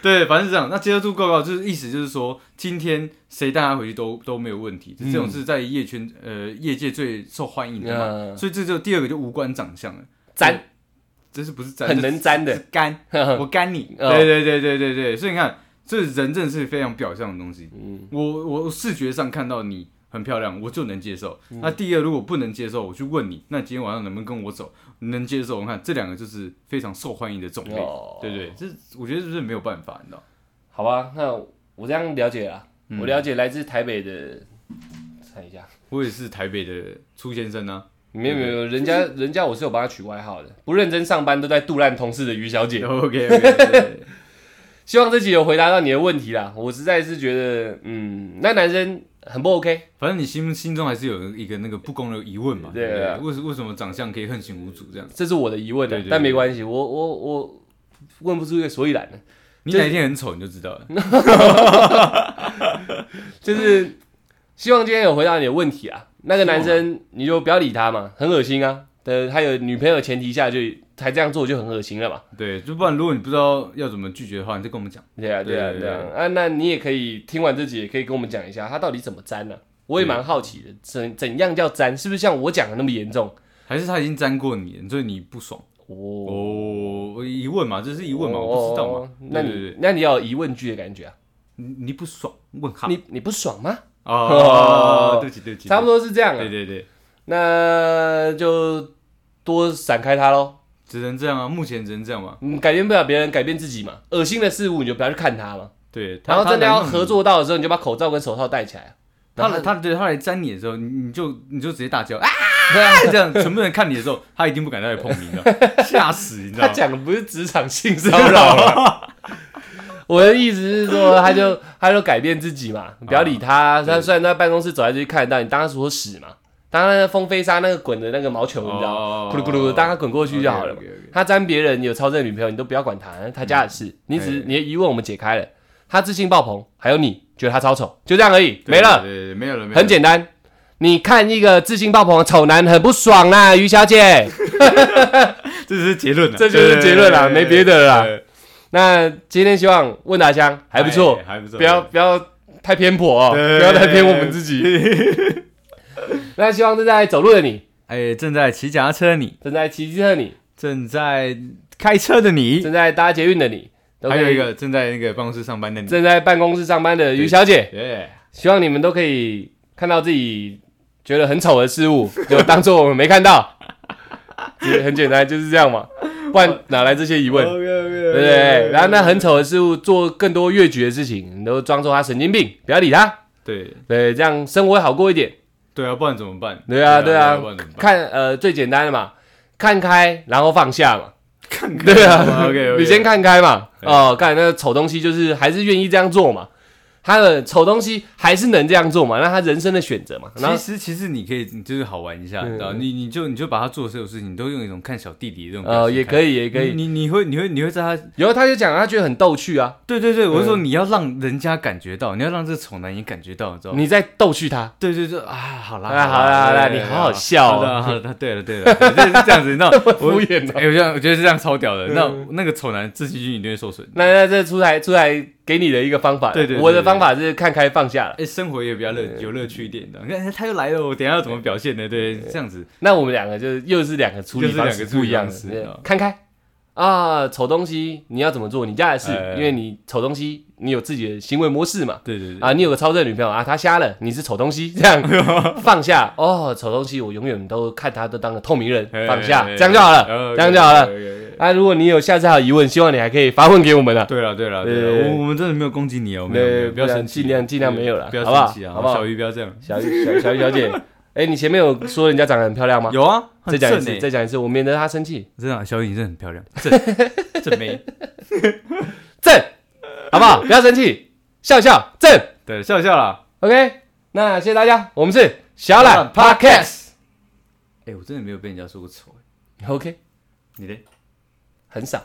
S2: 对，反正是这样。那接受度够高，就是意思就是说，今天谁带他回去都都没有问题。这种是在业圈呃业界最受欢迎的嘛，
S1: 嗯
S2: 所以这就第二个就无关长相了，
S1: 粘
S2: 这是不是沾
S1: 很能粘
S2: 这
S1: 的
S2: [laughs] 是，干，我干你。
S1: 哦
S2: 对对对对对对，所以你看，这人真的是非常表象的东西。
S1: 嗯
S2: 我我视觉上看到你很漂亮，我就能接受。
S1: 嗯
S2: 那第二，如果不能接受，我去问你，那你今天晚上能不能跟我走？能接受，我看这两个就是非常受欢迎的种类，
S1: 哦
S2: 对对，这我觉得这是没有办法，你知道。
S1: 好吧，那我这样了解了，啊我了解来自台北的，看一下，
S2: 我也是台北的初先生啊，
S1: 没有没有没有，人家人家我是有帮他取外号的，不认真上班都在杜烂同事的于小姐，
S2: OK OK，
S1: 希望这集有回答到你的问题啦。我实在是觉得，嗯，那男生很不 OK，
S2: 反正你心心中还是有一个那个不公的疑问嘛，
S1: 对
S2: 对不
S1: 啊
S2: 对？为什为什么长相可以横行无阻这样？
S1: 这是我的疑问
S2: 对
S1: 啊
S2: 对，对
S1: 但没关系，我我我问不出一个所以然的，
S2: 你
S1: 就是
S2: 哪一天很丑你就知道了。
S1: 就是希望今天有回答你的问题啊。那个男生你就不要理他嘛，很恶心啊。的他有女朋友的前提下就才这样做就很恶心了嘛。
S2: 对，就不然如果你不知道要怎么拒绝的话，你再跟我们讲。
S1: 对啊，对啊，
S2: 对
S1: 对啊。啊，那你也可以听完这集，也可以跟我们讲一下他到底怎么粘呢、我也蛮好奇
S2: 嗯
S1: 的，怎怎样叫粘？是不是像我讲的那么严重？
S2: 还是他已经沾过你了，所以你不爽？
S1: 哦，
S2: 哦，我疑问嘛，这是疑问嘛，我不知道嘛
S1: 哦。那
S2: 对对
S1: 你
S2: 对
S1: 那你要有疑问句的感觉啊？
S2: 你你不爽？问号
S1: 你你不爽吗？
S2: 哦，对不起对不起，
S1: 差不
S2: 多。
S1: 多是这样
S2: 对
S1: 啊。
S2: 对对，
S1: 那就多闪开他喽。
S2: 只能这样啊，目前只能这样嘛。
S1: 你嗯改变不了别人，改变自己嘛。恶心的事物你就不要去看它嘛。
S2: 对，他
S1: 然后真的要
S2: 他来弄你
S1: 合作到的时候，你就把口罩跟手套戴起来啊。
S2: 他
S1: 然后
S2: 来，他对他来沾你的时候，你你就你就直接大
S1: [laughs]
S2: 叫啊！这样全部人看你的时候，他一定不敢再来碰你，你知
S1: [laughs]
S2: 道？吓死，你知道
S1: 他
S2: 吗？
S1: 讲的不是职场性骚扰啊。 [laughs] 我的意思是说，他就他就改变自己嘛，你不要理他。他虽然在办公室走来走去看得到你，当他所屎嘛，当他那个风飞沙那个滚的那个毛球，你知道吗，
S2: 哦
S1: 咕噜咕噜，当他滚过去就好了嘛
S2: OK，OK，OK。
S1: 他沾别人有超正的女朋友，你都不要管他，他家的事。你只是
S2: 哎
S1: 你的疑问我们解开了，他自信爆棚，还有你觉得他超丑，就这样而已，没了，
S2: 对对对没有了，没有了
S1: 很简单。你看一个自信爆棚的丑男很不爽啦，于小
S2: [laughs]
S1: 姐。
S2: 这就是结论了，啊
S1: 这就是结论啦
S2: 对对对对
S1: 没别的了啦
S2: 对
S1: 那今天希望问答箱还不错
S2: 哎，还不错，
S1: 不要不要太偏颇哦，
S2: 对
S1: 不要太偏我们自
S2: [laughs]
S1: 己。那希望正在走路的你，
S2: 哎，正在骑脚踏车的你，
S1: 正在骑机车的你，
S2: 正在开车的你，
S1: 正在搭捷运的你，都可
S2: 还
S1: 以
S2: 有一个正在那个办公室上班的你，
S1: 正在办公室上班的于小姐，
S2: 耶，
S1: 希望你们都可以看到自己觉得很丑的事
S2: [laughs]
S1: 物，就当做我们没看到。也很简单，就是这样嘛，不然哪来这些疑问？
S2: 对
S1: 对不对？然后那很丑的事物，做更多越矩的事情，你都装作他神经病，不要理他。
S2: 对
S1: 对，这样生活会好过一点。
S2: 对啊，不然怎么办？
S1: 对啊，对啊
S2: 不然怎么，办？
S1: 看呃最简单的嘛，看开然后放下嘛。
S2: 看
S1: 对
S2: [laughs]
S1: 啊
S2: ，OK，
S1: 你先看开嘛。
S2: 对
S1: 哦，看那丑东西就是还是愿意这样做嘛，他的丑东西还是能这样做嘛，那他人生的选择嘛。然
S2: 其
S1: 后
S2: 实其实你可以你就是好玩一下，
S1: 嗯
S2: 你知道，你你就你就把他做的所有事情都用一种看小弟弟的这种
S1: 呃也可
S2: 以
S1: 以也可以，
S2: 你你会你会你会在他
S1: 然后他就讲他觉得很逗趣啊，
S2: 对对对，我是说你要让人家感觉到，你要让这个丑男也感觉到，你知道吗？
S1: 你在逗趣他。
S2: 对对对啊，好啦
S1: 啊
S2: 好啦
S1: 嗯好啦
S2: 对
S1: 你
S2: 对
S1: 好好
S2: 对
S1: 笑哦
S2: 好的好的，对了对了， [laughs] 对就是这样子，那我
S1: 敷衍哦嗯
S2: 哎，我这样我觉得是这样超屌的，那那个丑男自信心一定会受损，
S1: 那那这出来出来给你的一个方法，
S2: 对对对
S1: 我的方法是看开放下了。
S2: 哎，生活也比较乐
S1: 嗯
S2: 有乐趣一点的，你看哎他又来了，我等一下要怎么表现呢？
S1: 嗯
S2: 对，这样子
S1: [laughs] 那我们两个就是又是两个处理方式
S2: 又是两个
S1: 不一样
S2: 处理方式
S1: 的，看开啊，丑东西你要怎么做你家的事，
S2: 哎
S1: 因为你丑东西你有自己的行为模式嘛。
S2: 对对对
S1: 啊，你有个超正女朋友啊，她瞎了，你是丑东西，这 [laughs] 样放下哦，丑东西，我永远都看她都当个透明人，
S2: 哎
S1: 放下
S2: 哎，
S1: 这样就好
S2: 哎哎
S1: 了，这样就好
S2: 哎
S1: 了。
S2: 哎哎哎
S1: 啊，如果你有下次还有疑问，希望你还可以发问给我们啊了。
S2: 对了对了
S1: 对对
S2: 对
S1: 对
S2: 了，我我们真的没有攻击你哦，没有
S1: 对
S2: 没有，不要
S1: 不然
S2: 生气，
S1: 尽量尽量没有啦
S2: 不要
S1: 好不好
S2: 生气啊，
S1: 好不好
S2: 小鱼不要这样，
S1: 小小小鱼小
S2: [laughs]
S1: 姐，哎，你前面有说人家长得很漂亮吗？
S2: 有啊，
S1: 再
S2: 很
S1: 讲一
S2: 正
S1: 次，
S2: 欸
S1: 再讲一次，我免得她生气。
S2: 真的啊小雨你真的很漂亮，正 [laughs] 正妹，
S1: 正，好不好？不要生气，笑笑正。
S2: 对，笑笑啦。
S1: OK，那谢谢大家，我们是小懒 Podcast。
S2: 哎、我真的没有被人家说过丑、欸，
S1: OK，
S2: 你嘞？
S1: 很少。